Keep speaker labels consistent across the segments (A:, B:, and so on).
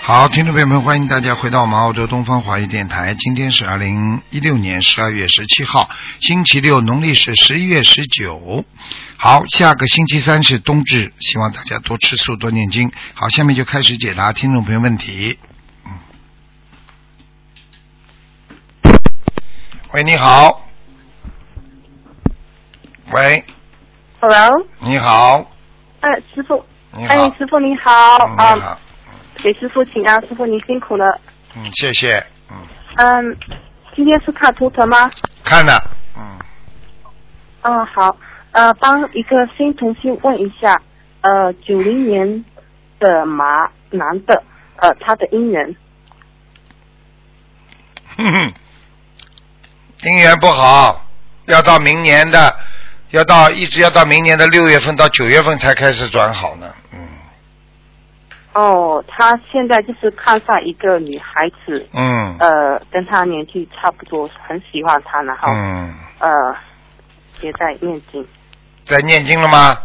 A: 好，听众朋友们，欢迎大家回到我们澳洲东方华语电台。今天是二零一六年十二月十七号，星期六，农历是十一月十九。好，下个星期三是冬至，希望大家多吃素，多念经。好，下面就开始解答听众朋友问题。嗯，喂，你好。喂，
B: Hello，
A: 你好，
B: 哎，师傅，
A: 你好，
B: 哎，师傅您好
A: 嗯
B: 啊
A: 你，好，
B: 给师傅请安，师傅您辛苦了。
A: 嗯，谢谢，嗯，
B: 嗯，今天是看图腾吗？
A: 看了，嗯，
B: 嗯，好，呃，帮一个新同学问一下，呃，九零年的马男的，呃，他的姻缘，
A: 哼哼，姻缘不好，要到明年的，要到一直要到明年的六月份到九月份才开始转好呢，嗯
B: 哦，他现在就是看上一个女孩子，
A: 嗯
B: 呃，跟他年纪差不多，很喜欢他，然后、
A: 嗯，
B: 呃，也在念经。
A: 在念经了吗？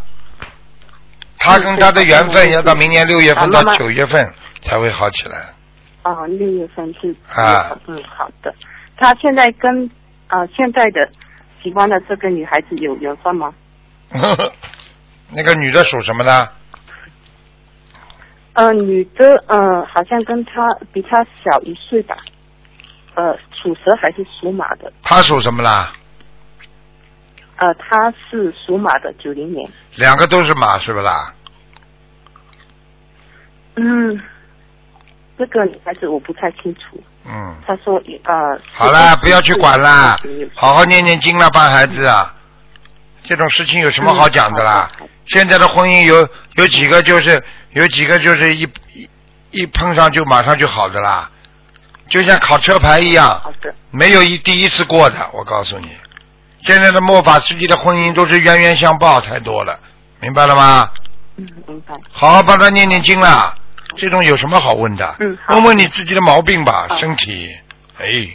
A: 他跟他的缘分要到明年六月份到
B: 啊妈妈
A: 九月份才会好起来，
B: 啊，六月份是
A: 啊
B: 嗯，好的。他现在跟啊、现在的喜欢的这个女孩子有缘分吗？
A: 那个女的属什么的？
B: 呃，女的，呃，好像跟他比他小一岁吧。呃，属蛇还是属马的？
A: 她属什么啦？
B: 呃，他是属马的，九零年。
A: 两个都是马，是不啦？
B: 嗯，这个女孩子我不太清楚。
A: 嗯。
B: 他说，呃，
A: 好啦，不要去管啦
B: 是跟，
A: 好好念念经啦，帮孩子啊。这种事情有什么好讲的啦？
B: 嗯嗯好的好的
A: 现在的婚姻有有几个就是有几个就是一一一碰上就马上就好的啦，就像考车牌一样，
B: 好的，
A: 没有一第一次过的。我告诉你，现在的末法世纪的婚姻都是冤冤相报太多了，明白了吗？
B: 嗯，明白。
A: 好好帮他念念经啦，这种有什么好问的？
B: 嗯好
A: 问问你自己的毛病吧，
B: 好
A: 身体，哎。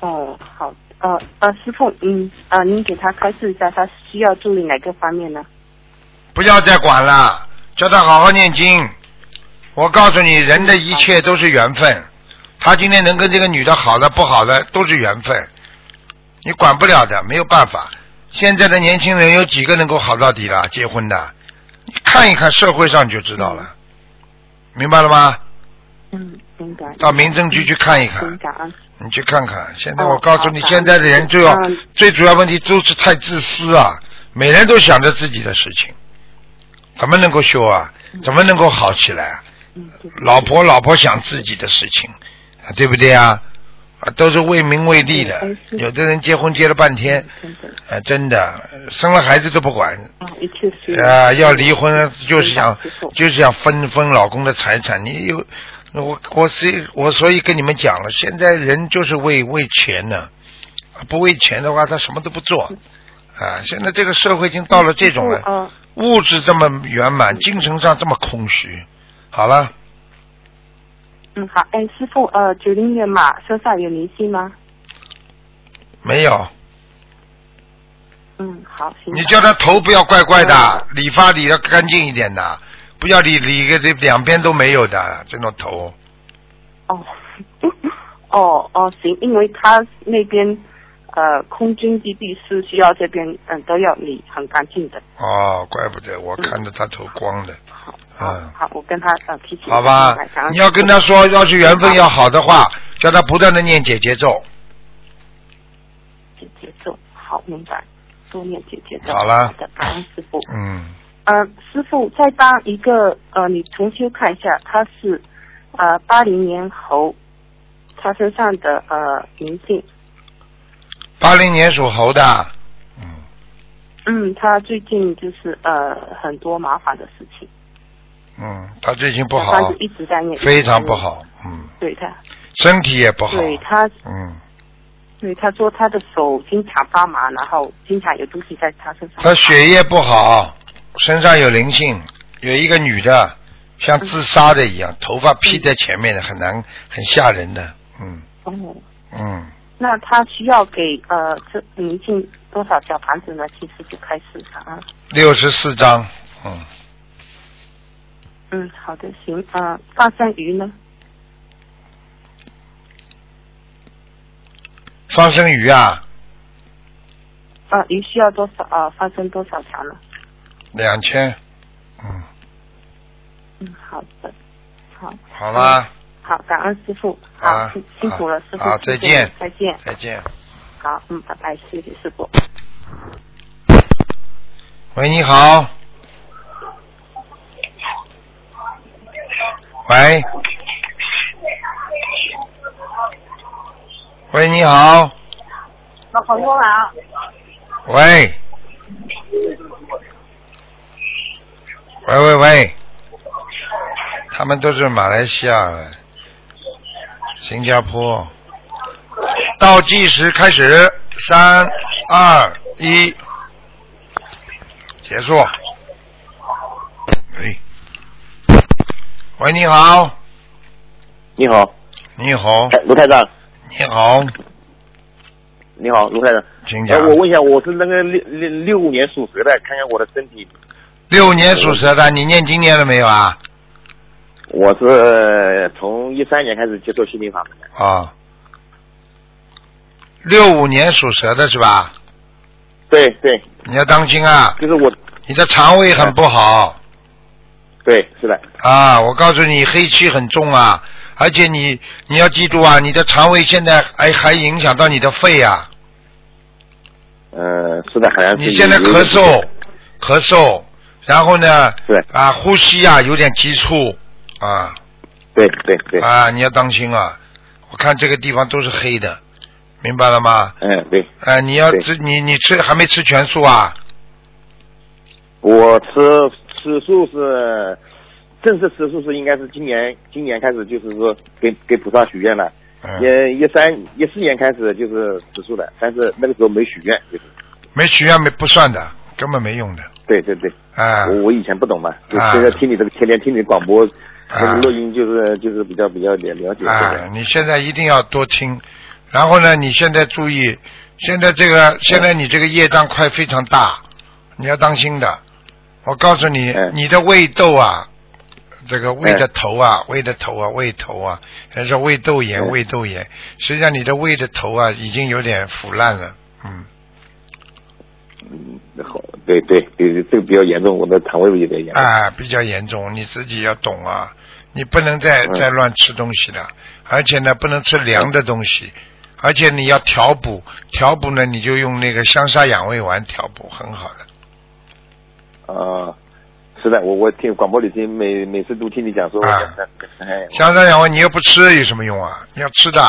B: 哦，好，呃呃，师傅，嗯，啊，您给他开示一下，他需要注意哪个方面呢？
A: 不要再管了，叫他好好念经。我告诉你，人的一切都是缘分。他今天能跟这个女的好的不好的都是缘分，你管不了的，没有办法。现在的年轻人有几个能够好到底了？结婚的，你看一看社会上你就知道了，明白了吗？
B: 嗯，明白。
A: 到民政局去看一
B: 嗯
A: 看，
B: 感恩。
A: 你去看看。现在
B: 哦
A: 我告诉你，
B: 好的
A: 现在的人就要
B: 嗯
A: 最主要问题就是太自私啊，每人都想着自己的事情，怎么能够修啊？怎么能够好起来啊？
B: 嗯，对
A: 老婆老婆想自己的事情，啊对不对啊？啊，都是为名为利的
B: 嗯。是
A: 有的人结婚结了半天，
B: 真的
A: 啊，真的生了孩子都不管，
B: 啊，嗯一切是
A: 啊，要离婚就是想
B: 明白师父
A: 就是想分分老公的财产。你有我我虽我所以跟你们讲了，现在人就是为为钱呢、不为钱的话，他什么都不做。啊，现在这个社会已经到了这种
B: 师
A: 了
B: 父，啊，
A: 物质这么圆满，精神上这么空虚。好了，
B: 嗯，好，哎，师傅，呃，九零年马身上有灵性吗？
A: 没有，
B: 嗯，好，行。
A: 你叫他头不要怪怪的，理发理的干净一点的，不要理理个这两边都没有的这种头。
B: 哦， 哦哦，行，因为他那边呃空军基地是需要这边嗯都要理很干净的。
A: 哦，怪不得我看着他头光的。
B: 好，
A: 嗯
B: 好，好，我跟他呃提醒一下。
A: 好吧
B: 明白感，恩
A: 你要跟他说，要是缘分要好的话，叫他不断的念姐姐咒。
B: 姐姐咒，好，明白，多念姐姐咒。
A: 好了
B: 好的，感恩师傅。
A: 嗯，
B: 呃，师傅再帮一个呃女同修看一下，她是呃八零年猴，她身上的呃灵性，
A: 八零年属猴的，嗯，
B: 嗯，她最近就是呃很多麻烦的事情，
A: 嗯，他最近不
B: 她
A: 好
B: 就，一直在念，
A: 非常不，好，嗯，
B: 对她，
A: 身体也不好，
B: 对她，
A: 嗯，
B: 对她说她的手经常发麻，然后经常有东西在她身上，
A: 他血液不好，身上有灵性，有一个女的像自杀的一样，头发披在前面的，很难，很吓人的，嗯
B: 哦，
A: 嗯。
B: 那她需要给呃这灵性多少小房子呢？其实就开始感恩。
A: 六十四章，嗯，
B: 嗯，好的，行啊、呃大三鱼呢？
A: 放生鱼啊，
B: 啊、鱼需要多少啊、呃发生多少条呢？
A: 两千，嗯，
B: 嗯，好的，好，
A: 好啦，
B: 好，感恩师傅，
A: 好
B: 好，辛辛苦了，师傅
A: 好，再见
B: 再见，
A: 再见。
B: 好，嗯，拜拜，谢谢师傅。
A: 喂，你好。喂。喂，你好。
C: 老朋友啊，
A: 喂。喂喂喂，他们都是马来西亚的，新加坡。倒计时开始，三、二、一，结束。喂，喂，你好，
D: 你好，
A: 你好，
D: 哎卢台长，
A: 你好，
D: 你好，卢台长。
A: 请讲
D: 哎，。我问一下，我是那个六六六五年属蛇的，看看我的身体。
A: 六年属蛇的，你念经念了没有啊？
D: 我是呃从一三年开始接触心灵法门的，
A: 啊，六五年属蛇的是吧？
D: 对对，
A: 你要当心啊，
D: 就是我，
A: 你的肠胃很不好。
D: 对，是的，
A: 啊，我告诉你，黑气很重啊，而且你你要记住啊，你的肠胃现在还还影响到你的肺啊，
D: 嗯，是的，好像是有。
A: 你现在咳嗽，咳嗽，然后呢，
D: 对
A: 啊，呼吸啊有点急促啊
D: 对对对，
A: 啊，你要当心啊，我看这个地方都是黑的，明白了吗？
D: 嗯，对，
A: 啊，你要
D: 对
A: 吃你你吃还没吃全素啊？
D: 我吃吃素是正式吃素是应该是今年今年开始就是说给给菩萨许愿了，
A: 嗯，
D: 也一三一四年开始就是吃素的，但是那个时候没许愿，就是
A: 没许愿没不算的，根本没用的
D: 对对对。
A: 啊。
D: 我我以前不懂嘛，就
A: 啊
D: 现在听你这个，天天听你广播，那个录音就是就是比较比较了了解这
A: 啊
D: 个，。
A: 你现在一定要多听，然后呢，你现在注意，现在这个现在你这个业障块非常大，你要当心的。我告诉你，
D: 嗯
A: 你的胃窦啊，这个胃
D: 哎
A: 的头啊，胃的头啊，胃头啊，人说胃窦炎，
D: 嗯
A: 胃窦炎，实际上你的胃的头啊已经有点腐烂了，嗯，
D: 嗯，好，对对，比这个比较严重，我的肠胃有点严重。
A: 啊，比较严重，你自己要懂啊，你不能再
D: 嗯
A: 再乱吃东西了，而且呢，不能吃凉的东西，而且你要调补，调补呢，你就用那个香砂养胃丸调补，很好的。
D: 啊，是的，我我听广播里听，每每次都听你讲说，
A: 啊
D: 哎，
A: 香砂养胃你又不吃有什么用啊？你要吃的，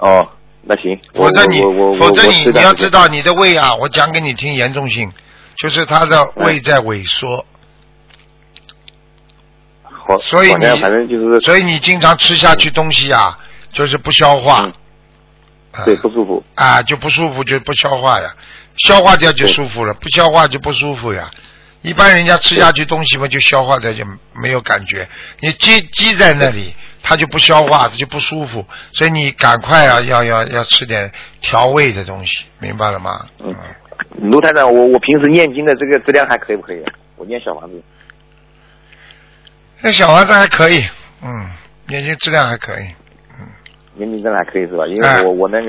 D: 哦，那行，我
A: 否则你
D: 我我我
A: 否则
D: 我
A: 你
D: 吃的
A: 你要
D: 这
A: 知
D: 个
A: 道你的胃啊，我讲给你听严重性，就是它的
D: 嗯
A: 胃在萎缩，
D: 好，
A: 所以
D: 反正
A: 你
D: 反正就是
A: 所以你经常吃下去东西啊，就是不消化
D: 嗯，
A: 啊
D: 对不舒服，
A: 啊，就不舒服就不消化呀，消化掉就舒服了，不消化就不舒服呀。一般人家吃下去东西嘛，就消化掉就没有感觉，你积积在那里，它就不消化，它就不舒服，所以你赶快啊，要要要吃点调味的东西，明白了吗？
D: 嗯卢台长，我我平时念经的这个质量还可以不可以？啊我念小房子，
A: 那小房子还可以，嗯，眼睛质量还可以，
D: 年龄真的还可以是吧？因为
A: 哎
D: 我、我那个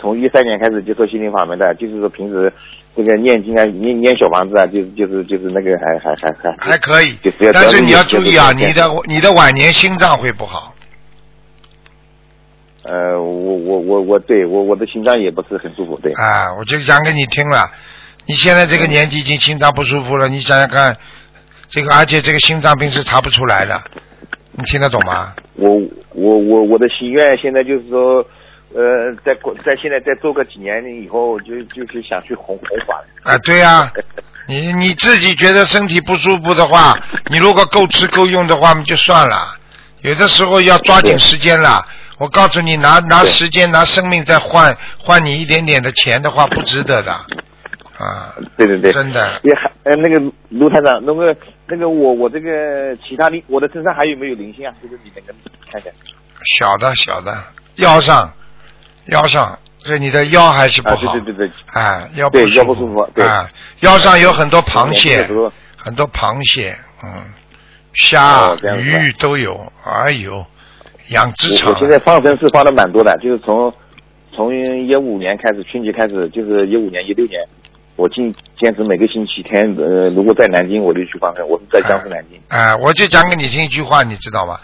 D: 从一三年开始接受心灵法门的，就是说平时这个念经啊、念念小房子啊，就是就是就是那个还还还还
A: 还可以
D: 就只要，
A: 但是你要
D: 只要
A: 注
D: 注意
A: 意啊，你
D: 健康
A: 的你的晚年心脏会不好。
D: 呃，我我我我对我我的心脏也不是很舒服，对，
A: 啊，我就讲给你听了。你现在这个年纪已经心脏不舒服了，你想想看，这个而且这个心脏病是查不出来的，你听得懂吗？
D: 我我我我的心愿现在就是说。呃，在过在现在再做个几年以后，就就是想去红红法了。
A: 啊，对呀、你你自己觉得身体不舒服的话，你如果够吃够用的话，就算了。有的时候要抓紧
D: 对
A: 时间了。我告诉你，拿拿
D: 对
A: 时间拿生命再换换你一点点的钱的话，不值得的。啊，
D: 对对对，
A: 真的
D: 也还呃那个卢台长，那个那个我我这个其他灵，我的身上还有没有灵性啊？就是你能跟看一下。
A: 小的小的，腰上腰上，这你的腰还是不
D: 啊，
A: 好。
D: 对对对对，
A: 啊，腰
D: 对
A: 舒
D: 腰不舒服对嗯
A: 啊，腰上有很多螃
D: 年轻的
A: 蟹
D: 时，候
A: 很多螃蟹，嗯，虾
D: 哦、这样子啊
A: 鱼都有，哎呦，养殖
D: 我
A: 场
D: 我现在放生是放的蛮多的，就是从从一五年开始，春节开始，就是一五年、一六年，我尽坚持每个星期天，呃，如果在南京我就去放生，我是在江苏南京。
A: 哎、我就讲给你听一句话，你知道吗？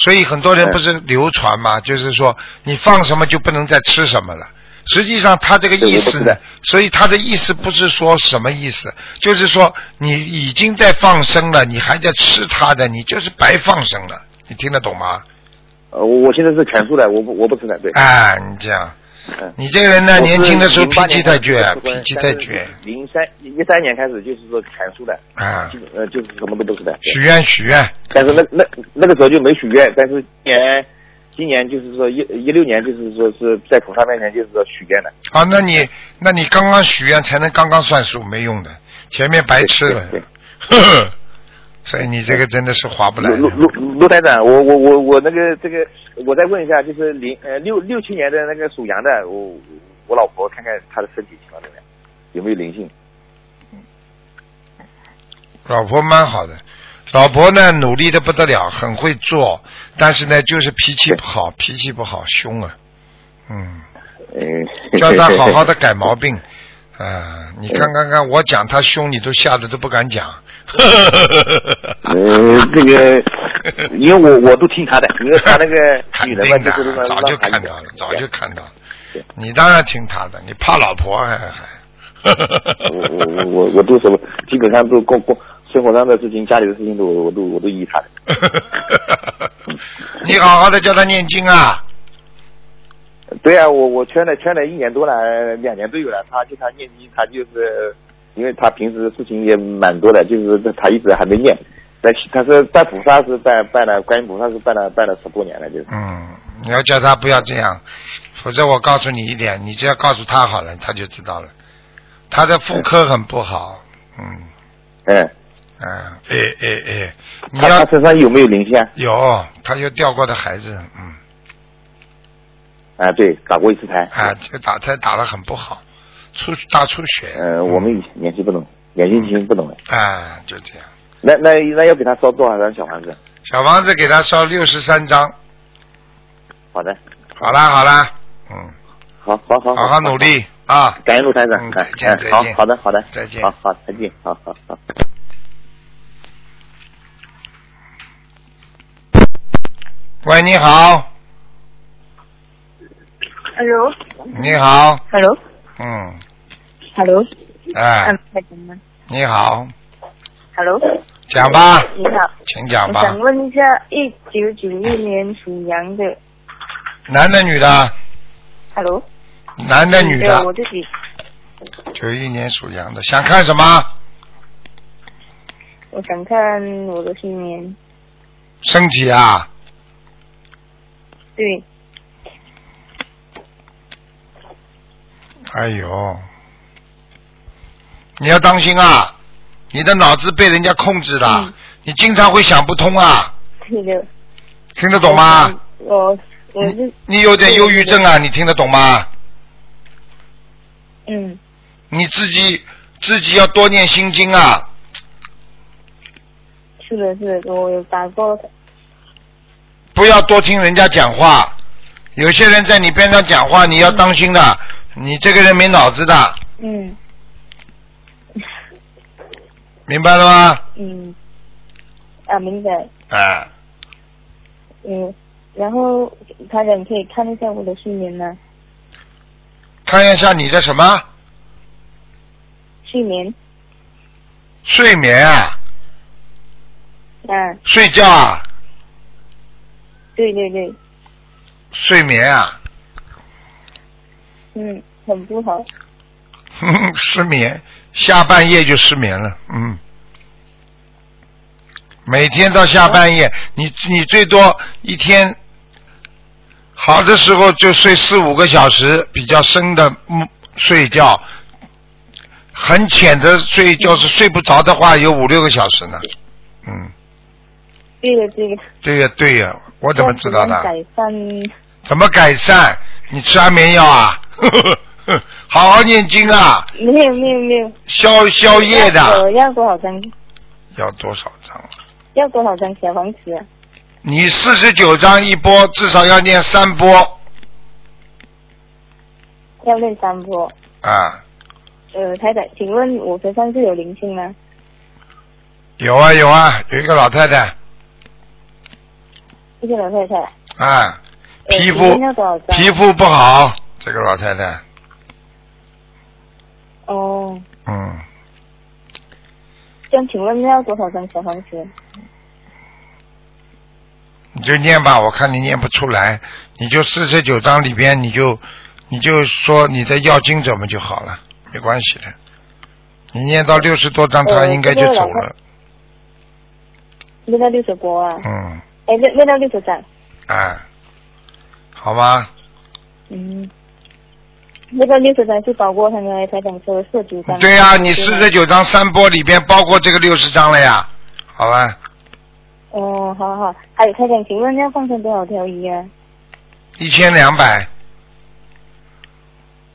A: 所以很多人
D: 嗯
A: 不是流传嘛，就是说你放什么就不能再吃什么了。实际上他这个意思呢
D: 对我不知道，
A: 所以他的意思不是说什么意思，就是说你已经在放生了，你还在吃它的，你就是白放生了。你听得懂吗？
D: 呃，我我现在是全素的，我不我不吃的，对。
A: 哎，你这样，
D: 嗯
A: 你这个人呢，
D: 我是
A: 哎年轻的时候脾
D: 08
A: 气
D: 年
A: 太
D: 开始
A: 倔，啊
D: 吃荤
A: 脾气
D: 但
A: 太
D: 是
A: 倔
D: 零三一三年开始就是说全素的，
A: 啊！
D: 基本呃，就是什么都不吃的。对
A: 许愿许愿，
D: 但是那那那个时候就没许愿，但是今年今年就是说一一六年就是说是在菩萨面前就是说许愿的。
A: 啊，那你那你刚刚许愿才能刚刚算数，没用的，前面白吃了
D: 对对，
A: 呵呵。 所以你这个真的是划不来的
D: 陆陆陆陆台长，我我我我那个这个，我再问一下，就是零呃六六七年的那个属羊的，我我老婆看看她的身体情况怎么样，有没有灵性？
A: 老婆蛮好的，老婆呢努力的不得了，很会做，但是呢就是脾气不好，脾气不好，凶啊，嗯，
D: 嗯，
A: 叫她好好的改毛病。啊，你看看看，我讲她凶，你都吓得都不敢讲。
D: 呃，这个， 因为我我都听她的，因为她那个
A: 肯
D: 女
A: 定
D: 人嘛，就是让
A: 的，早就
D: 让她
A: 看
D: 一
A: 到
D: 点
A: 了，早就看到了
D: 对。
A: 你当然听他的，你怕老婆哎还还。
D: 我我我我我都什么，基本上都工工生活上的事情、家里的事情都我都我都依她的。
A: 你好好的叫他念经啊！
D: 对啊，我我劝了劝了一年多了，两年都有了。他就他念经，他就是因为他平时事情也蛮多的，就是他一直还没念。但其他是拜菩萨是拜拜了，观音菩萨是拜了拜了十多年了，就是。
A: 嗯，你要叫他不要这样，否则我告诉你一点，你只要告诉他好了，他就知道了。他的妇科很不好，嗯
D: 嗯，
A: 嗯，哎哎哎，你
D: 他他
A: 要
D: 身上有没有灵性啊？
A: 有，他有掉过的孩子，嗯。
D: 啊，对，打过一次胎。
A: 啊，这个打胎打得很不好，出大出血。
D: 嗯、我们以前年纪不懂，年纪轻不懂的。
A: 啊，就这样。
D: 那那那要给他烧多少张小房子？
A: 小房子给他烧六十三张，
D: 好的，
A: 好啦好啦，嗯，
D: 好好好
A: 好好努。力啊。
D: 感恩卢台长，
A: 嗯
D: 哎
A: 再见
D: 哎
A: 再
D: 好
A: 见
D: 好的好的，
A: 再见
D: 好好再见，好好好。
A: 喂，你好，
C: Hello，Hello，
A: 你好，嗯，
C: Hello，
A: 哎，
C: 嗯，太怎么
A: 你好，
C: ？Hello，
A: 讲吧，
C: 你好，
A: 请讲
C: 我
A: 吧。
C: 想问一下，一九九六年属羊的
A: 男的女的？
C: ，Hello，
A: 男的女
C: 嗯对
A: 的
C: 我？自己，
A: 九一年属羊的，想看什么？
C: 我想看我的新年，
A: 身体啊，
C: 对，
A: 哎呦，你要当心啊，你的脑子被人家控制的，
C: 嗯
A: 你经常会想不通啊，
C: 对的，
A: 听得懂吗？
C: 嗯
A: 嗯
C: 我我是
A: 你有点忧郁症啊，你听得懂吗？
C: 嗯，
A: 你自己自己要多念心经啊，
C: 是的，是的，我有打过，
A: 不要多听人家讲话。有些人在你边上讲话，你要当心的，你这个人没脑子的，
C: 嗯
A: 明白了吗？
C: 嗯，啊，明白，
A: 哎，
C: 嗯，然后他长可以看一下我的新年吗？
A: 看一下你的什么
C: 去年，
A: 睡眠啊，
C: 啊，
A: 睡觉啊，
C: 对对对，
A: 睡眠啊，
C: 嗯，很不好，
A: 哼哼，失眠，下半夜就失眠了，嗯。每天到下半夜，你你最多一天，好的时候就睡四五个小时，比较深的嗯睡觉，很浅的睡，就是睡不着的话，有五六个小时呢。嗯，
C: 对的对的。
A: 对呀对呀，我怎么知道的？
C: 那怎么改善
A: 怎么改善？你吃安眠药啊？ 好好念经啊，
C: 没有没有没有。
A: 消消夜的。
C: 我要多少张？
A: 要多少张啊？
C: 要多少张小房子啊？
A: 你四十九章一波，至少要念三波
C: 要练三波。
A: 啊。
C: 呃，台长，请问我身上是有灵性吗？
A: 有啊有啊，有一个老太太
C: 一个老太太，
A: 啊，
C: 呃
A: 皮
C: 请
A: 肤
C: 问要多少张？
A: 皮肤不好，这个老太太，
C: 哦，
A: 嗯，
C: 这样请问要多少张小房子？
A: 你就念吧，我看你念不出来，你就四十九章里边，你就你就说你的要经怎么就好了，没关系的。你念到六十多章，
C: 呃
A: 他应该就
C: 这个
A: 走
C: 老太
A: 了，
C: 练到六十波啊？
A: 嗯，
C: 哎，练练到六十张。
A: 啊，好吗？
C: 嗯。那个六十张是包括他们台长说的四十张。
A: 对呀、
C: 吗
A: 你四十。九章三波里边包括这个六十章了呀，好了。
C: 哦，好好。还有台长，请问要放生多少条鱼啊？
A: 一千两百，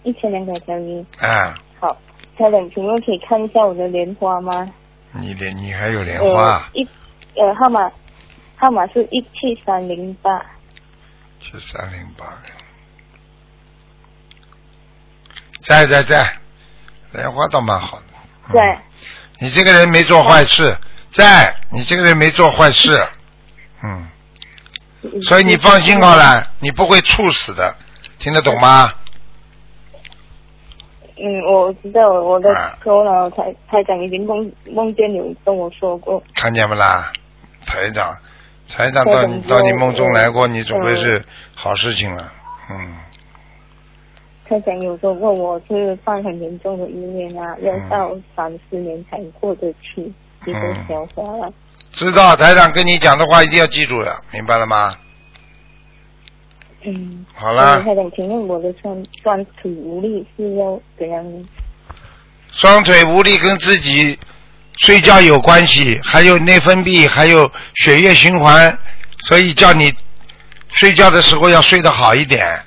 C: 一千两百条鱼。
A: 啊，
C: 好，台长，请问可以看一下我的莲花吗？
A: 你莲你还有莲花
C: 呃，一呃号码号码是一七三零八。
A: 是三零八，哎在在在，莲花倒蛮好的。嗯
C: 对，
A: 你这个人没做坏事，在你这个人没做坏事，嗯，
C: 嗯
A: 所以你放心好。了，你不会猝死的，听得懂吗？
C: 嗯，我知道我的
A: 啊
C: 头脑台台长已经梦梦见有跟我说过，
A: 看见不啦，台长，台长
C: 台
A: 到
C: 长
A: 你
C: 说
A: 到你梦中来过，
C: 嗯
A: 你总归是好事情了，嗯。
C: 台长有说过我是犯很严重的依恋啊，
A: 嗯
C: 要到三四年才过得去，也都消化了。
A: 知道台长跟你讲的话一定要记住了，明白了吗？
C: 嗯，
A: 好了，
C: 台长，请问我的双双腿无力是要怎样呢？
A: 双腿无力跟自己睡觉有关系，还有内分泌，还有血液循环，所以叫你睡觉的时候要睡得好一点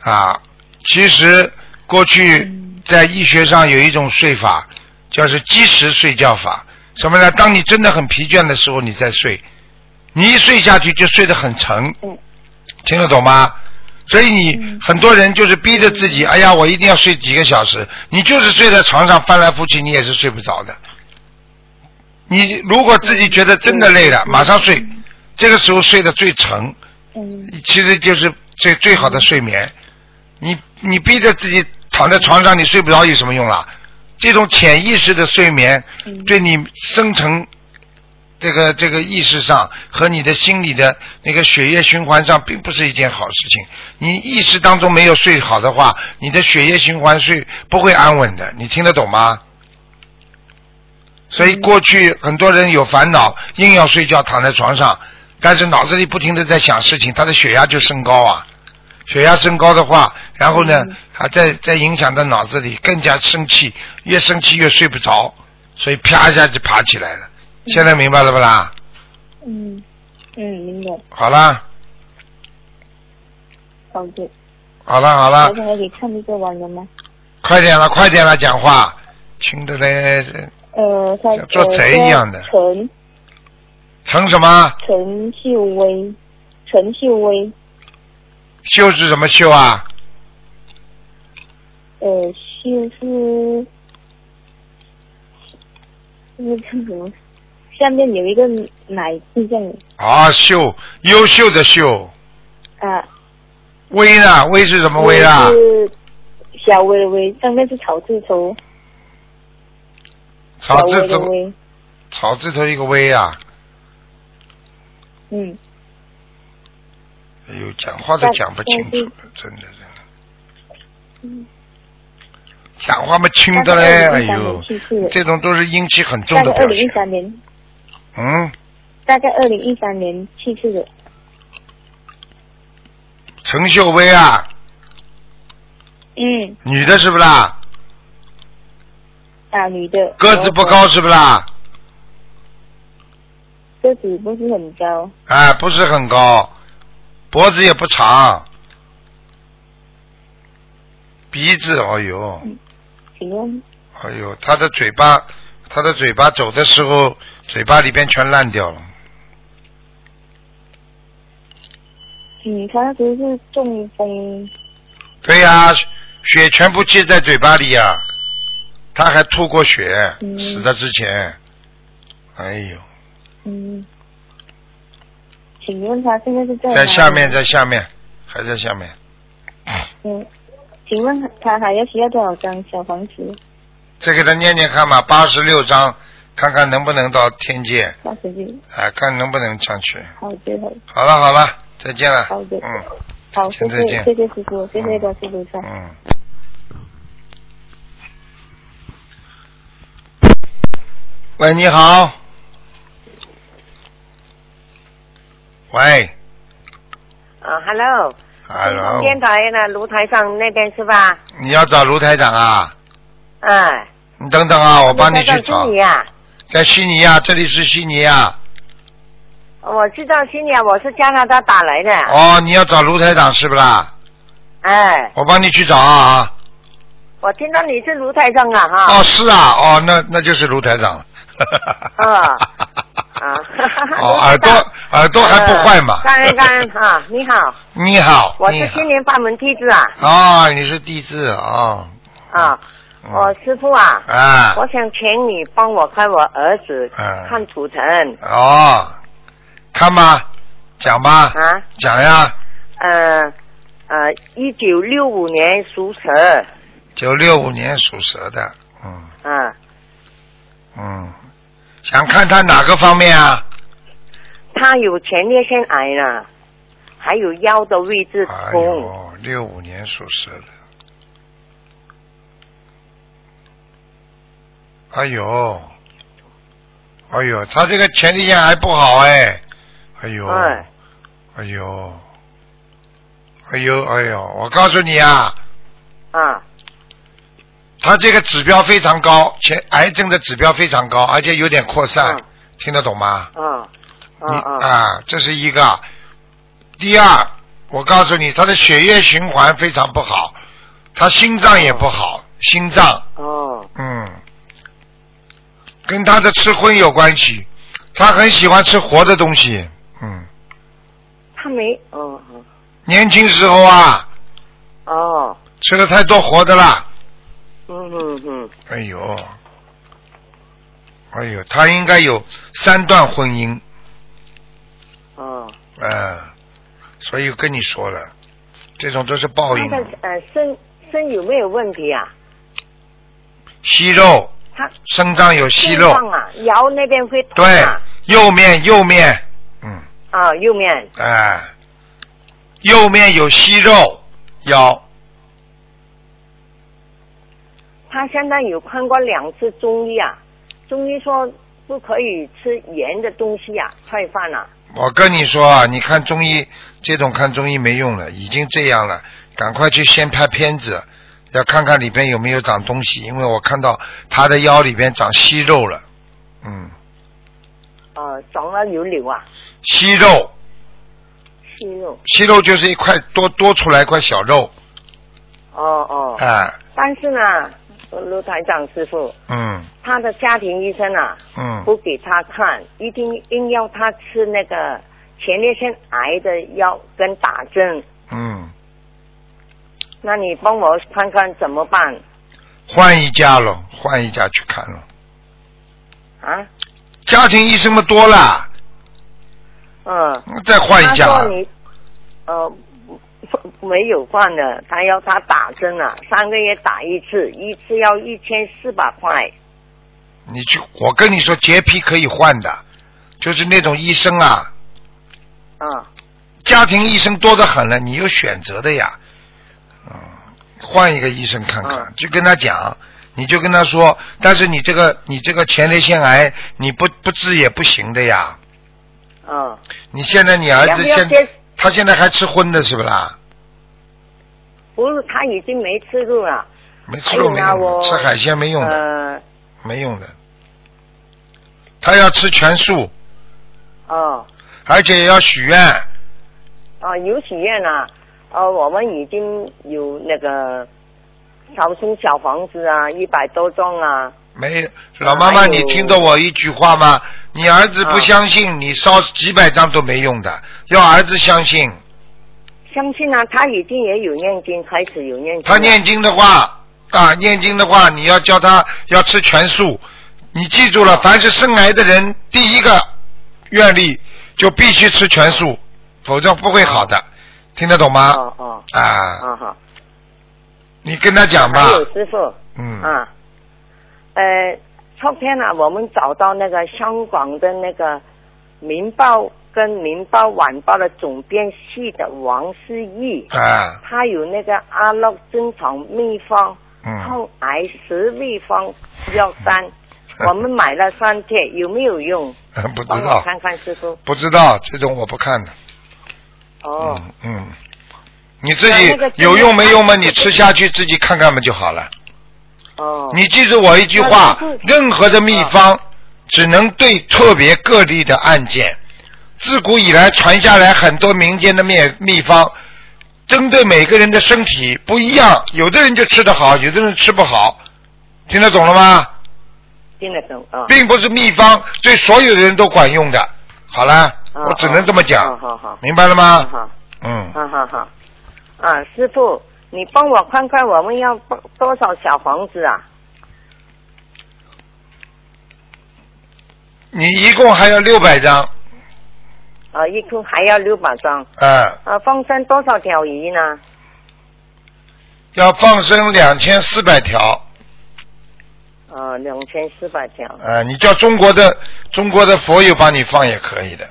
A: 啊。其实过去在医学上有一种睡法，叫是基石睡觉法，什么呢？当你真的很疲倦的时候，你再睡，你一睡下去就睡得很沉，
C: 嗯
A: 听得懂吗？所以你很多人就是逼着自己，哎呀，我一定要睡几个小时，你就是睡在床上翻来覆去，你也是睡不着的。你如果自己觉得真的累了，马上睡，这个时候睡得最沉，
C: 嗯
A: 其实就是最最好的睡眠。你你逼着自己躺在床上，你睡不着有什么用啦？这种潜意识的睡眠
C: 嗯，
A: 对你生成这个这个意识上和你的心理的那个血液循环上，并不是一件好事情。你意识当中没有睡好的话，你的血液循环是不会安稳的。你听得懂吗？
C: 嗯
A: 所以过去很多人有烦恼，硬要睡觉躺在床上，但是脑子里不停的在想事情，他的血压就升高啊。血压升高的话，然后呢，还在在影响到脑子里，更加生气，越生气越睡不着，所以啪一下就爬起来了。现在明白了不啦？
C: 嗯嗯，明白，
A: 好啦，
C: 好的。
A: 好啦，好啦
C: 台，长还可以看一个完了吗？
A: 快点了，快点了，讲话，轻的嘞，这
C: 呃，他
A: 像做贼一样的
C: 陈
A: 成什么？
C: 陈秀薇，陈秀薇，
A: 秀是什么秀啊？
C: 呃，秀是那个什么，下面有一个奶字这样的
A: 啊，秀，优秀的秀。
C: 啊，呃
A: 威呢？威是什么威啊？
C: 是小薇的薇，上面是草字头，
A: 草
C: 小
A: 字
C: 薇的
A: 头，
C: 薇，
A: 草字头一个威啊。
C: 嗯，
A: 哎呦，讲话都讲不清楚了，真的真的。讲话嘛轻的嘞，哎呦，这种都是阴气很重
C: 大
A: 的
C: 概
A: 表
C: 二零一
A: 现。
C: 三年，
A: 嗯，
C: 大概二零一三年去世的，
A: 陈秀薇啊，
C: 嗯，
A: 女的是不啦？
C: 啊，女的，
A: 个子不高是不啦？
C: 个子不是很高，
A: 哎，不是很高，脖子也不长，鼻子，哎呦，
C: 请问
A: 哎呦，她的嘴巴，她的嘴巴走的时候，嘴巴里边全烂掉了。
C: 嗯，他那时候是中风，
A: 对呀、血全部接在嘴巴里呀、他还吐过血，
C: 嗯
A: 死的之前。哎呦，
C: 嗯，请问他现在是在
A: 在下面，
C: 的，
A: 在下面，还在下面，
C: 嗯，请问他还要需要多少张小房子？
A: 再给他念念看吧，八十六章，看看能不能到天界，
C: 八十六，
A: 啊，看能不能上去。
C: 好的，
A: 好
C: 好的
A: 了好了，再见了。
C: 好的
A: 嗯
C: 好，谢
A: 再见
C: 谢，谢谢师傅，谢谢关师傅在。
A: 嗯。喂，你好。
C: 哎
A: 喂
E: 啊，Hello，
A: ，Hello，
E: 电台呢，炉台上那边是吧？
A: 你要找卢台长啊？
E: 哎，
A: 你等等啊，我帮你去
E: 卢台长
A: 找
E: 是。你啊，
A: 在悉尼啊，这里是悉尼啊。
E: 我知道是你啊，我是加拿大打来的。
A: 哦，你要找卢台长是不啦？
E: 哎，
A: 我帮你去找啊。
E: 我听到你是卢台上啊哈。
A: 哦，是啊，哦，那那就是卢台长了。，
E: 嗯啊
A: 哦，耳朵耳朵还不坏嘛
E: 呃。干一干哈，你好，
A: 你好，
E: 我
A: 你
E: 是
A: 好
E: 心灵法门弟子啊
A: 哦，你是地质哦。
E: 啊，
A: 嗯
E: 我师傅啊，
A: 啊
E: 我想请你帮我看我儿子
A: 嗯
E: 看图腾
A: 哦，看吧，讲吧，
E: 啊，
A: 讲呀，
E: 呃呃，一九六五年属蛇，
A: 九六五年属蛇的，嗯
E: 嗯。
A: 嗯，想看他哪个方面啊？
E: 他有前列腺癌呢，还有腰的位置
A: 哎
E: 痛，
A: 呦，六五年属蛇的，哎呦，哎呦，他这个前列腺还不好哎，哎呦，
E: 哎
A: 哎呦，哎呦，哎呦，我告诉你啊，
E: 啊
A: 他这个指标非常高，前癌症的指标非常高，而且有点扩散，
E: 嗯
A: 听得懂吗？
E: 啊啊
A: 你
E: 啊
A: 啊，这是一个。第二，我告诉你，他的血液循环非常不好，他心脏也不好，心脏，
E: 哦
A: 嗯，跟他的吃荤有关系，他很喜欢吃活的东西，嗯，
E: 他没哦
A: 年轻时候啊，
E: 哦哦
A: 吃了太多活的啦，
E: 嗯嗯嗯
A: 哎呦，哎呦，他应该有三段婚姻，
E: 哦，
A: 嗯、所以跟你说了，这种都是报
E: 他
A: 应，
E: 的呃肾肾有没有问题啊？
A: 息肉。
E: 他
A: 身上有息
E: 心
A: 肉，
E: 脏啊，腰那边会痛
A: 对
E: 啊，
A: 右面右面，嗯，
E: 啊右面
A: 哎、右面有息肉，腰，
E: 他相当有看过两次中医啊，中医说不可以吃盐的东西啊，菜饭啊，
A: 我跟你说啊，你看中医这种看中医没用了，已经这样了，赶快去先拍片子，要看看里边有没有长东西，因为我看到他的腰里边长息肉了，嗯，
E: 呃长了有瘤啊，
A: 息肉，
E: 息肉，
A: 息肉就是一块多多出来一块小肉，
E: 哦哦。
A: 哎、
E: 但是呢，卢台长师傅，
A: 嗯
E: 他的家庭医生啊，
A: 嗯，
E: 不给他看，一定硬要他吃那个前列腺癌的药跟打针。
A: 嗯，
E: 那你帮我看看怎么办
A: 换一家了，换一家去看了。
E: 啊？
A: 家庭医生嘛多了，
E: 嗯，
A: 再换一家
E: 他说你，呃，不没有换的，他要他打针啊，三个月打一次，一次要一千四百块。
A: 你去，我跟你说，洁癖可以换的，就是那种医生啊，
E: 啊，
A: 家庭医生多得很了，你有选择的呀。嗯，换一个医生看看，
E: 嗯
A: 就跟他讲，你就跟他说，但是你这个你这个前列腺癌，你不不治也不行的呀。
E: 嗯，
A: 你现在你儿
E: 要
A: 子
E: 不要
A: 现
E: 接？
A: 他现在还吃荤的是不啦？
E: 不是，他已经没吃住了。
A: 没吃肉没
E: 还有
A: 用
E: 呢
A: 的，
E: 哎我
A: 吃海鲜没用的。
E: 呃，
A: 没用的，他要吃全素，
E: 哦。
A: 而且要许愿。
E: 啊，有许愿啊，呃，我们已经有那个烧送小房子啊，一百多幢啊，
A: 没，老妈妈，
E: 还有
A: 你听懂我一句话吗？
E: 啊
A: 你儿子不相信，你烧几百张都没用的，要儿子相信。
E: 相信啊，他已经也有念经，开始有念经。
A: 他念。经的话啊，念经的话，你要教他要吃全素。你记住了，凡是生癌的人，第一个愿力就必须吃全素，否则不会好的。听得懂吗？
E: 哦哦，
A: 啊，
E: 啊好。
A: 你跟他讲吧
E: 还。有师傅。
A: 嗯，
E: 啊，呃，昨天呢、我们找到那个香港的那个《明报》跟《明报晚报》的总编系的王思义，
A: 啊，
E: 他有那个阿乐珍藏秘方
A: 嗯，
E: 抗癌十秘方药单，我们买了三天，有没有用？
A: 嗯 不知
E: 帮我
A: 道，
E: 看看师傅。
A: 不知道，这种我不看的。
E: 哦，
A: 嗯嗯，你自
E: 那那
A: 己
E: 个真的
A: 有用没用嘛？
E: 看
A: 你吃下去自己看看嘛就好了。
E: 哦，
A: 你记住我一句话
E: 那那是，嗯
A: 任何的秘方只能对特别个例的案件。自古以来传下来很多民间的秘秘方，针对每个人的身体不一样，有的人就吃得好，有的人吃不好，听得懂了吗？
E: 听得懂啊？
A: 并不是秘方对所有的人都管用的。好了，
E: 哦
A: 我只能这么
E: 哦
A: 讲，
E: 好好
A: 明白了
E: 好，
A: 吗？
E: 好。
A: 嗯，
E: 好好好，啊，师傅，你帮我看看我们要多多少小房子啊？
A: 你一共还要六百张，
E: 啊，一共还要六百张，
A: 啊，
E: 啊，放生多少条鱼呢？
A: 要放生两千四百条。
E: 啊，两千四百条。
A: 呃，你叫中国的中国的佛友帮你放也可以的。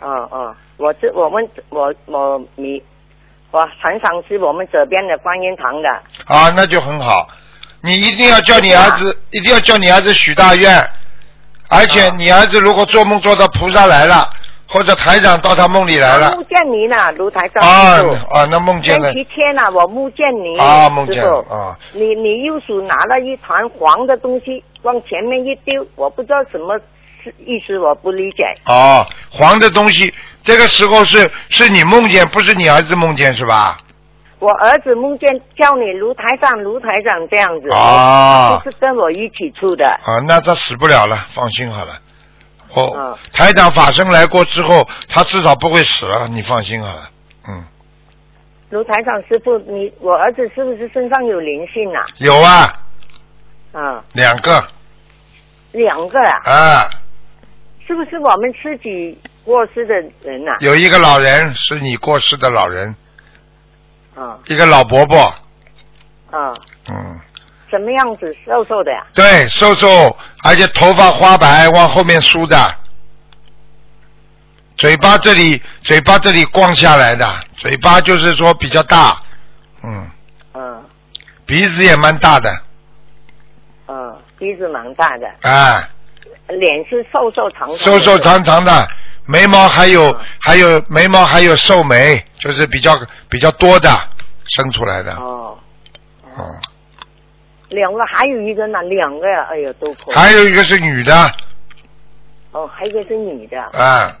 E: 哦、哦、我这我们我我你，我常常是我们这边的观音堂的。
A: 啊，那就很好。你一定要叫你儿子，一定要叫你儿子许大愿，而且
E: 啊
A: 你儿子如果做梦做到菩萨来了，或者台长到他梦里来了
E: 木，见你呢，卢台长
A: 啊
E: 师傅。
A: 啊，那梦见了
E: 星期天呐、啊，我梦见你
A: 啊，梦见
E: 师
A: 了
E: 傅
A: 啊，
E: 你你右手拿了一团黄的东西往前面一丢，我不知道什么是意思，我不理解。
A: 哦，黄的东西，这个时候是是你梦见，不是你儿子梦见是吧？
E: 我儿子梦见叫你卢台长，卢台长这样子，
A: 啊
E: 就是跟我一起出的。
A: 啊，那他死不了了，放心好了。我、
E: 嗯
A: 台长法身来过之后，他至少不会死了，你放心好了。嗯，
E: 卢台长师傅，你我儿子是不是身上有灵性啊？
A: 有啊，
E: 啊，
A: 两个
E: 两个啊，
A: 啊，
E: 是不是我们自己过世的人啊呐、
A: 有一个老人是你过世的老人，
E: 啊？
A: 一个老伯伯，
E: 啊啊，
A: 嗯，
E: 什么样子？瘦瘦的呀、
A: 对，瘦瘦，而且头发花白，往后面梳的，嘴巴这里嘴巴这里逛下来的，嘴巴就是说比较大，嗯，
E: 嗯
A: 鼻子也蛮大的，
E: 嗯，鼻子蛮大的，
A: 啊，
E: 脸是瘦瘦长长的。
A: 瘦瘦长长的，眉毛还有、
E: 嗯
A: 还有眉毛还有瘦眉，就是比较比较多的生出来的，
E: 哦，
A: 嗯，
E: 两个还有一个呢，两个呀，哎呀都可以。
A: 还有一个是女的，
E: 哦，还有一个是女的。
A: 啊，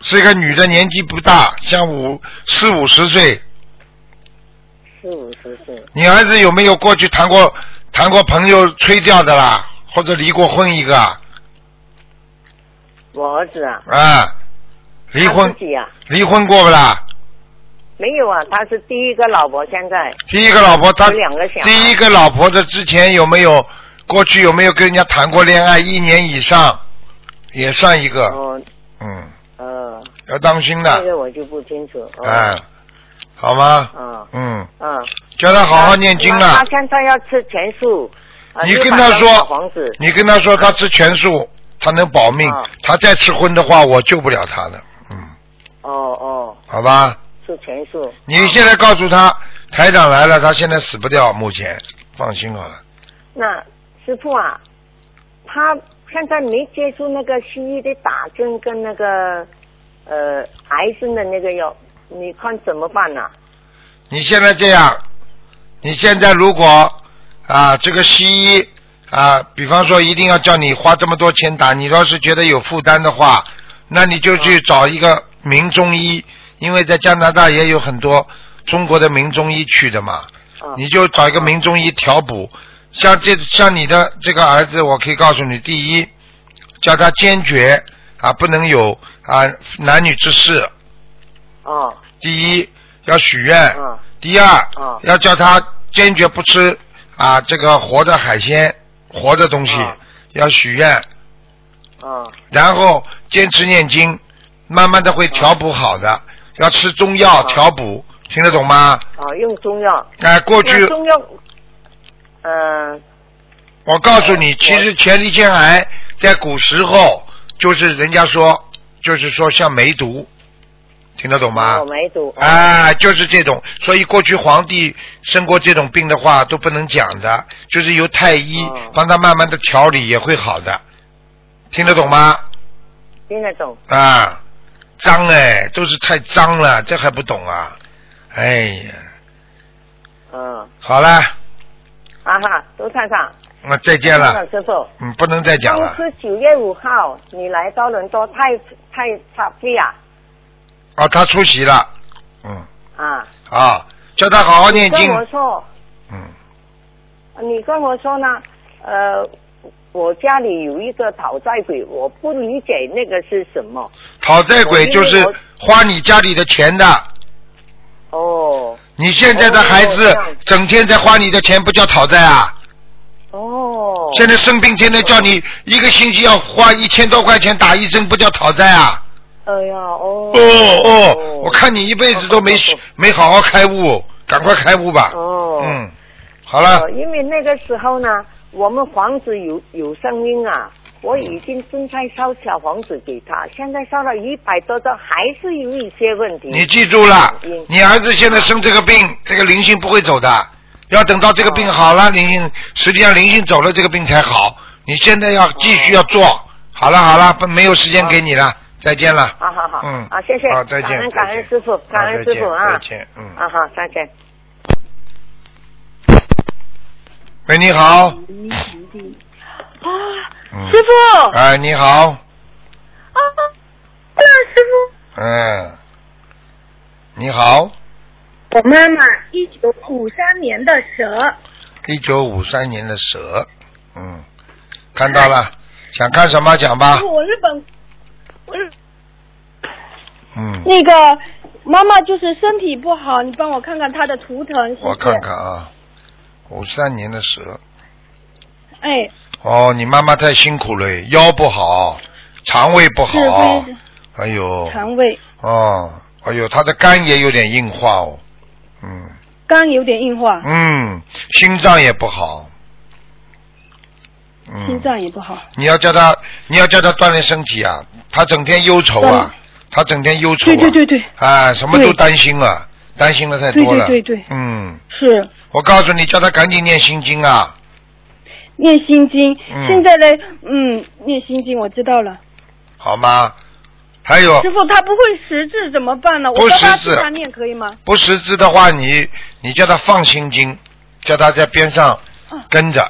A: 是一个女的，年纪不大，像五四五十岁。
E: 四五十岁，
A: 你儿子有没有过去谈过谈过朋友吹掉的啦，或者离过婚一个啊
E: 我儿子啊，
A: 啊？离
E: 他
A: 婚
E: 自己啊，
A: 离婚过不啦？
E: 没有啊，他是第一个老婆，现在
A: 第一个老婆他
E: 有两个小孩
A: 第一个老婆的之前有没有过去有没有跟人家谈过恋爱一年以上，也算一个，
E: 哦
A: 嗯，
E: 呃，
A: 要当心
E: 这
A: 的，
E: 个我就不清楚。哦、
A: 啊，好吗？
E: 嗯
A: 嗯，
E: 嗯，
A: 叫他好好念经
E: 那
A: 啊
E: 他。现在要吃全素。啊
A: 你
E: 600
A: 跟他
E: 张
A: 说
E: 小房子，
A: 你跟他说他吃全素，他能保命
E: 啊。
A: 他再吃荤的话，我救不了他的。嗯，
E: 哦哦，
A: 好吧。
E: 吃全素。
A: 你现在告诉
E: 哦
A: 他，台长来了，他现在死不掉，目前放心好了。
E: 那师傅啊，他现在没接触那个西医的打针跟那个呃癌症的那个药，你看怎么办呢、
A: 你现在这样，你现在如果啊，这个西医啊，比方说一定要叫你花这么多钱打，你要是觉得有负担的话，那你就去找一个名中医，因为在加拿大也有很多中国的名中医去的嘛。
E: 啊？
A: 你就找一个名中医调补。像这像你的这个儿子，我可以告诉你，第一，叫他坚决啊，不能有啊男女之事。
E: 哦
A: 第一，要许愿。
E: 嗯
A: 第二
E: 嗯，
A: 要叫他坚决不吃啊这个活的海鲜、活的东西
E: 嗯，
A: 要许愿，
E: 嗯
A: 然后坚持念经，慢慢的会调补好的。要吃中药
E: 嗯
A: 调补，听得懂吗？
E: 啊，用中药。
A: 哎，过
E: 那
A: 去
E: 中药，嗯
A: 我告诉你，
E: 我
A: 其实前列腺癌在古时候就是人家说，就是说像梅毒，听得懂吗？
E: 我没毒。
A: 啊，就是这种，所以过去皇帝生过这种病的话都不能讲的，就是由太医
E: 哦
A: 帮他慢慢的调理也会好的，听得懂吗？
E: 听得懂。
A: 啊，脏哎，都是太脏了，这还不懂啊？哎呀，
E: 嗯，
A: 好了，
E: 啊哈，卢探长，
A: 那再见
E: 卢
A: 了
E: 探，长师傅。
A: 嗯，不能再讲
E: 上
A: 了。
E: 次九月五号你来多伦多太太差费啊
A: 哦，他出席了，嗯，
E: 啊，
A: 啊，叫他好好念
E: 跟
A: 经，
E: 我说，
A: 嗯，
E: 你跟我说呢，呃，我家里有一个讨债鬼，我不理解那个是什么。
A: 讨债鬼就
E: 我因为
A: 是
E: 我
A: 花你家里的钱的。
E: 哦
A: 你现在的孩
E: 哦这
A: 子
E: 样
A: 整天在花你的钱，不叫讨债啊？
E: 哦，
A: 现在生病，天天叫你一个星期要花一千多块钱打一针，不叫讨债啊？
E: 哎呀哦
A: 哦哦，我看你一辈子都没
E: 哦哦哦
A: 没好好开悟，赶快开悟吧。
E: 哦
A: 嗯，好了
E: 呃，因为那个时候呢，我们房子有有声音啊，我已经正在烧小房子给他，现在烧了一百多张，还是有一些问题。
A: 你记住了
E: 嗯，
A: 你儿子现在生这个病，这个灵性不会走的，要等到这个病好
E: 哦
A: 了，灵性实际上灵性走了，这个病才好。你现在要继
E: 哦
A: 续要做，好了好了，不没有时间给你了，再见了。
E: 好好好，
A: 嗯，
E: 啊，谢谢，
A: 好，再见
E: 感，恩感
A: 再
E: 恩
A: 见
E: 师傅，感恩师傅
A: 好
E: 啊
A: 再见，再见，嗯，
E: 啊好，再见。
A: 喂，你好，
F: 啊，
A: 嗯
F: 师傅啊，
A: 哎，你好，
F: 对，师傅，
A: 嗯，你好，
F: 我妈妈一九五三年的蛇，
A: 一九五三年的蛇，嗯，看到了，想看什么讲吧
F: 师，傅我日本，我日
A: 嗯，
F: 那个妈妈就是身体不好，你帮我看看她的图腾。谢谢
A: 我看。看啊，五三年的蛇，
F: 哎，
A: 哦，你妈妈太辛苦了，腰不好，肠胃不
F: 是
A: 好
F: 不，
A: 哎呦
F: 是，肠胃
A: 哦，哎呦，她的肝也有点硬化哦，嗯。
F: 肝有点硬化，
A: 嗯，心脏也不好。嗯，
F: 心脏也不好。
A: 你要叫他，你要叫他锻炼身体啊！他整天忧愁
F: 锻
A: 啊，他整天忧愁啊，
F: 对对对对，
A: 啊，什么都
F: 对
A: 担心啊，担心的太多了。
F: 对对对对
A: 嗯，
F: 是
A: 我告诉你，叫他赶紧念心经啊！
F: 念心经。
A: 嗯
F: 现在呢，嗯，念心经我知道了。
A: 好吗？还有
F: 师傅，她不会识字怎么办呢？
A: 哦不
F: 我教她
A: 识字
F: 她念可以吗？
A: 不识字的话，你你叫他放心经，叫他在边上
F: 啊
A: 跟着，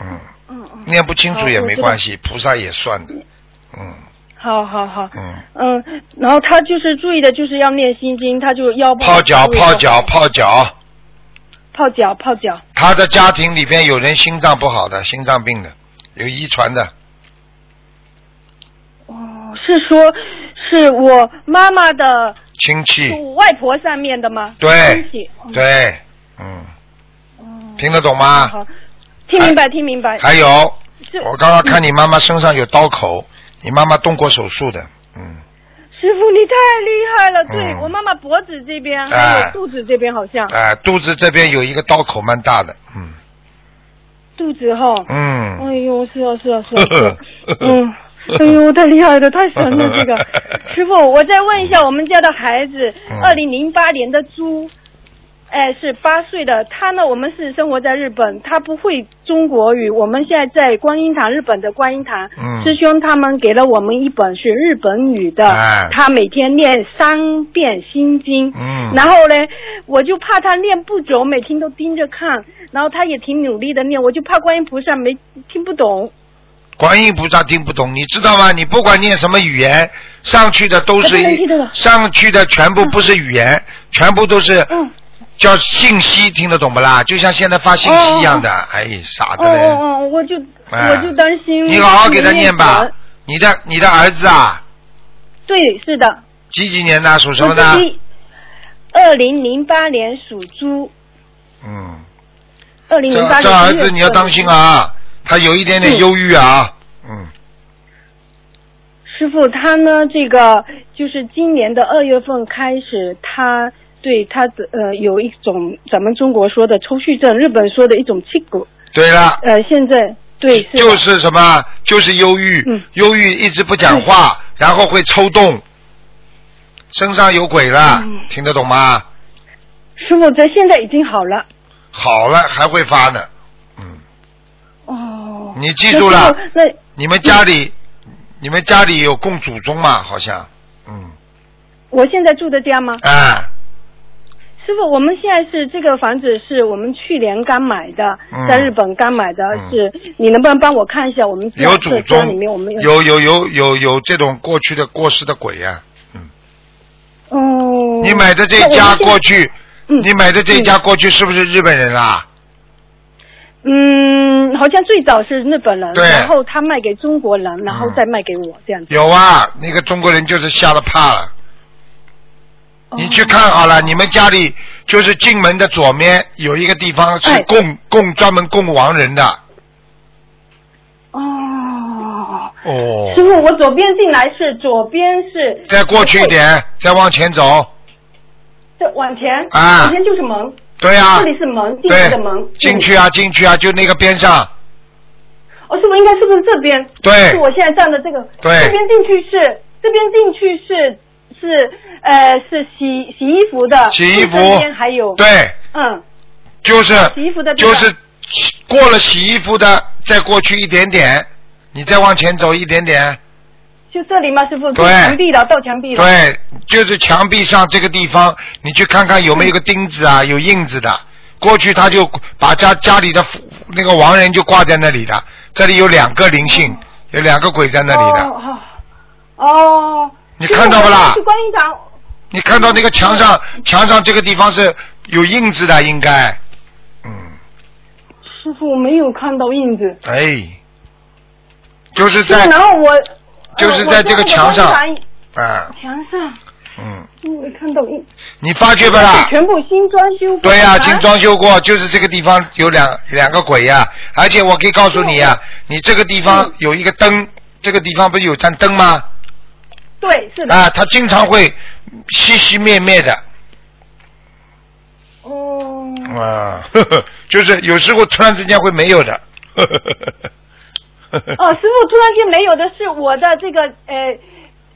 A: 嗯，
F: 嗯嗯，
A: 念不清楚
F: 好
A: 也
F: 我
A: 没
F: 知道
A: 关系，菩萨也算的，嗯
F: 好好好。
A: 嗯。
F: 嗯，然后他就是注意的，就是要念心经，他就腰不好
A: 泡脚，泡脚，，泡脚。
F: 泡脚，泡脚。
A: 他的家庭里边有人心脏不好的，心脏病的，有遗传的。
F: 哦，是说，是我妈妈的，
A: 亲
F: 是
A: 戚，
F: 我外婆上面的吗？
A: 嗯对
F: 亲戚。哦
A: 对，嗯，
F: 哦
A: 听得懂
F: 好
A: 吗？
F: 好，听明白，听明白。
A: 还有，
F: 这
A: 哎我刚刚看你妈妈身上有刀口，你妈妈动过手术的，嗯，
F: 师傅，你太厉害了！对
A: 嗯
F: 我妈妈脖子这边还
A: 哎
F: 有肚子这边好像
A: 哎、肚子这边有一个刀口蛮大的，嗯
F: 肚子哈。
A: 嗯，，
F: 哎呦，是啊，是啊，是啊。是啊嗯 哎呦，太厉害了，太神了！这个师傅，我再问一下，我们家的孩子
A: 嗯，
F: 二零零八年的猪，哎，是八岁的。他呢，我们是生活在日本，他不会中国语。我们现在在观音堂，日本的观音堂，
A: 嗯
F: 师兄他们给了我们一本是日本语的，
A: 哎
F: 他每天念三遍心经。
A: 嗯
F: 然后呢，我就怕他念不准，我每天都盯着看，然后他也挺努力的念，我就怕观音菩萨没听不懂。
A: 观音菩萨听不懂，你知道吗？你不管念什么语言，上去的都嗯是
F: 哎不能听得懂
A: 上去的全部不是语言，全部都是
F: 嗯
A: 叫信息，听得懂不啦？就像现在发信息一样的，哎，傻
F: 哦
A: 的嘞！
F: 哦哦，我就、
A: 哎
F: 我就担心。
A: 你好好给他念吧。你的你的儿子啊，
F: 对，是的。
A: 几几年的？属什么的
F: 我？是一二零零八年属猪，
A: 嗯，
F: 二零
A: 这
F: 零八年
A: 这儿子
F: 1
A: 你要当心啊，他有一点点忧郁啊，嗯，
F: 师傅，他呢，这个就是今年的二月份开始，他对他的呃有一种咱们中国说的抽蓄症，日本说的一种气骨，
A: 对了，
F: 呃，现在对是
A: 就
F: 的
A: 是什么，就是忧郁，
F: 嗯
A: 忧郁一直不讲话，然后会抽动，身上有鬼了，
F: 嗯
A: 听得懂吗？
F: 师傅，这现在已经好了
A: 好了还会发呢，嗯，
F: 哦。
A: 你记住了
F: 那师傅
A: 你们家里，
F: 嗯
A: 你们家里有供祖宗嘛？好像，嗯，
F: 那我现在住的家吗？
A: 哎，
F: 师傅，我们现在是这个房子是我们去年刚买的，
A: 嗯
F: 在日本刚买的
A: 嗯
F: 是，你能不能帮我看一下我们家
A: 有祖
F: 这家
A: 宗
F: 里面我们，
A: 有有有有有这种过去的过世的鬼呀、
F: 哦，
A: 你买的这
F: 那我们
A: 家
F: 现在
A: 过去，
F: 嗯
A: 你买的这家过去是不是日本人啊啦？
F: 嗯，好像最早是日本人，
A: 对嗯
F: 然后他卖给中国人，然后再卖给我这样子。
A: 有啊，那个中国人就是吓得怕了。
F: 哦
A: 你去看好了，你们家里就是进门的左面有一个地方是
F: 哎
A: 供供专门供亡人的
F: 哦，
A: 哦
F: 师。傅，我左边进来是左边是，
A: 再过去一点，再往前走，
F: 对，往前，
A: 啊
F: 往前就是门，
A: 对呀、
F: 这里是门，进来的门
A: 对，，进去啊，进去啊，就那个边上，
F: 嗯。哦，师傅，应该是不是这边？
A: 对
F: 是我现在站的这个。
A: 对
F: 这边进去是，这边进去是是呃是洗洗衣服的，
A: 洗衣服
F: 这边还有，
A: 对，
F: 嗯，
A: 就是
F: 洗衣服的地
A: 就
F: 方
A: 是过了洗衣服的，再过去一点点，你再往前走一点点，
F: 就这里嘛，师傅，
A: 对
F: 墙壁了，到墙壁了。
A: 对，就是墙壁上这个地方，你去看看有没有个钉子啊，有印子的。过去他就把家家里的父那个亡人就挂在那里的，这里有两个灵性，有两个鬼在那里的。
F: 哦哦，哦
A: 你看到不啦
F: 是观音堂。
A: 你看到那个墙
F: 哦
A: 上墙上这个地方是有印子的，应该，嗯，
F: 师傅我没有看到印子。
A: 哎，就是
F: 对，
A: 在
F: 然后我呃
A: 就是在这个墙上
F: 我在那个观音
A: 啊
F: 堂，墙上
A: 嗯，
F: 我没看到印，
A: 你发觉不啦？
F: 全部新装修过。
A: 对呀、
F: 啊，
A: 新装修过，就是这个地方有两两个鬼呀、而且我可以告诉你
F: 嗯
A: 呀、你这个地方有一个灯，这个地方不是有盏灯吗？
F: 对，是的。
A: 啊，它经常会熄熄灭灭的，
F: 哦，
A: 啊， 呵呵，就是有时候突然之间会没有的， 呵呵呵呵呵呵，
F: 哦，师傅突然间没有的是我的这个呃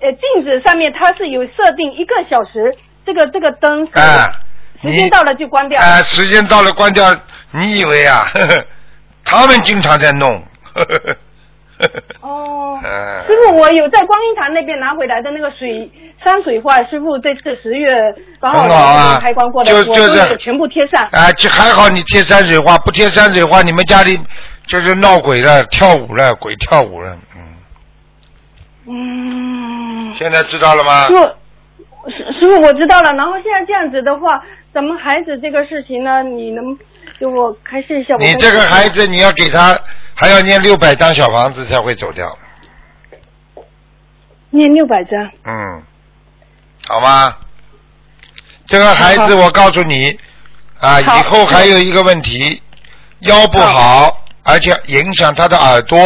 F: 呃镜子上面它是有设定一个小时，这个这个灯是
A: 啊，
F: 哦时
A: 你
F: 间到了就关掉。
A: 啊，时间到了关掉，你以为啊， 呵呵他们经常在弄， 呵呵呵呵呵。
F: 哦，
A: 嗯
F: 师傅，我有在观音堂那边拿回来的那个水山水画，师傅这次十月刚好
A: 很好啊
F: 开光过的，
A: 就
F: 哦我都
A: 就是
F: 有全部贴上。
A: 啊，这还好你贴山水画，不贴山水画，你们家里就是闹鬼了，跳舞了，鬼跳舞了，嗯，
F: 嗯，
A: 现在知道了吗
F: 师？傅，师师傅我知道了。然后现在这样子的话，咱们孩子这个事情呢，你能给我开示一下？我
A: 你
F: 跟
A: 这个孩子你要给他还要念六百张小房子才会走掉，
F: 念六百张，
A: 嗯，好吗？这个孩子我告诉你，啊，以后还有一个问题，腰不好，而且影响他的耳朵，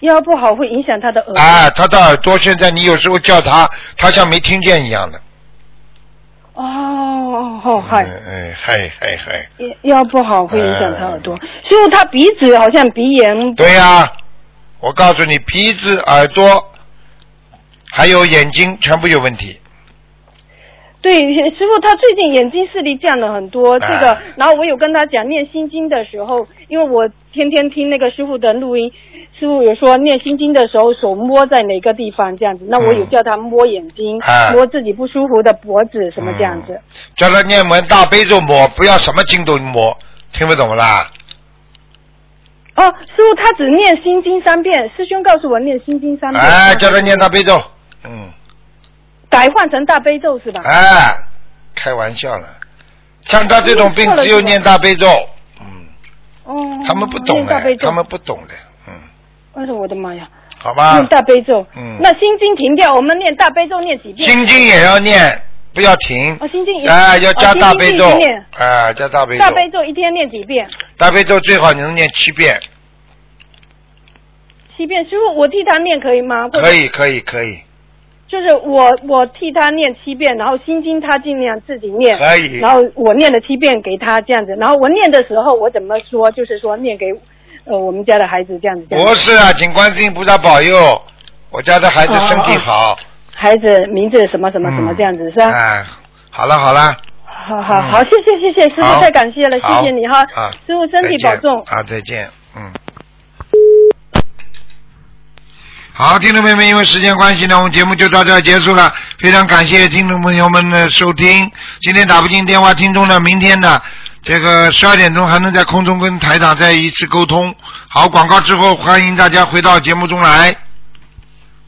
F: 腰不好会影响他的耳朵。
A: 啊，他的耳朵现在你有时候叫他，他像没听见一样的，
F: 哦，好、哦，嗨、
A: 嗯哎嗨嗨嗨。
F: 腰腰不好会影响他耳朵，师傅他鼻子好像鼻炎
A: 哎对呀、我告诉你，鼻子、耳朵，还有眼睛全部有问题。
F: 对，师傅他最近眼睛视力降了很多，这个
A: 哎，
F: 然后我有跟他讲念心经的时候，因为我天天听那个师傅的录音，师傅有说念心经的时候手摸在哪个地方这样子，那我有
A: 嗯
F: 叫他摸眼睛，
A: 哎嗯
F: 摸自己不舒服的脖子什么这样子。
A: 叫他念完大悲咒摸，不要什么经都摸，听不懂啦？
F: 哦，师傅他只念心经三遍，师兄告诉我念心经三遍，
A: 哎，叫他念大悲咒。嗯，
F: 改换成大悲咒是吧？
A: 哎，开玩笑了。像他这种病，只有念大悲咒。嗯，
F: 哦，
A: 他们不懂
F: 念大
A: 的
F: 悲，咒
A: 他，们不懂的。嗯，
F: 哎呦我的妈呀，
A: 好吧
F: 念。大悲咒，
A: 嗯
F: 那心经停掉，我们念大悲咒念几遍？
A: 心经也要念，不要停
F: 哦，，心经一
A: 哎，要加
F: 哦
A: 大悲咒
F: 心经一天，
A: 哎，加大悲
F: 念
A: 咒
F: 大，悲咒一天念几遍？
A: 大悲咒最好你能念七遍，
F: 七遍。师傅，我替他念可以吗？
A: 可。以，可以，可以，
F: 就是我我替他念七遍，然后心经他尽量自己念，
A: 可以
F: 然后我念了七遍给他这样子，然后我念的时候我怎么说，就是说念给呃我们家的孩子这样子，这样子
A: 不是啊，请观世音菩萨保佑我家的孩子身体好，
F: 孩子名字什么哦什么什么
A: 嗯
F: 这样子、是吧？
A: 哎，好了好了，
F: 好好
A: 嗯
F: 好，谢谢谢谢师
A: 好
F: 傅，太感谢了，
A: 好
F: 谢谢你哈
A: 啊，
F: 师傅身体
A: 再
F: 保
A: 见
F: 重。
A: 啊，再见，嗯。好，听众朋友们，因为时间关系呢，我们节目就到这儿结束了。非常感谢听众朋友们的收听。今天打不进电话，听众呢，明天呢，这个十二点钟还能在空中跟台长再一次沟通。好，广告之后，欢迎大家回到节目中来。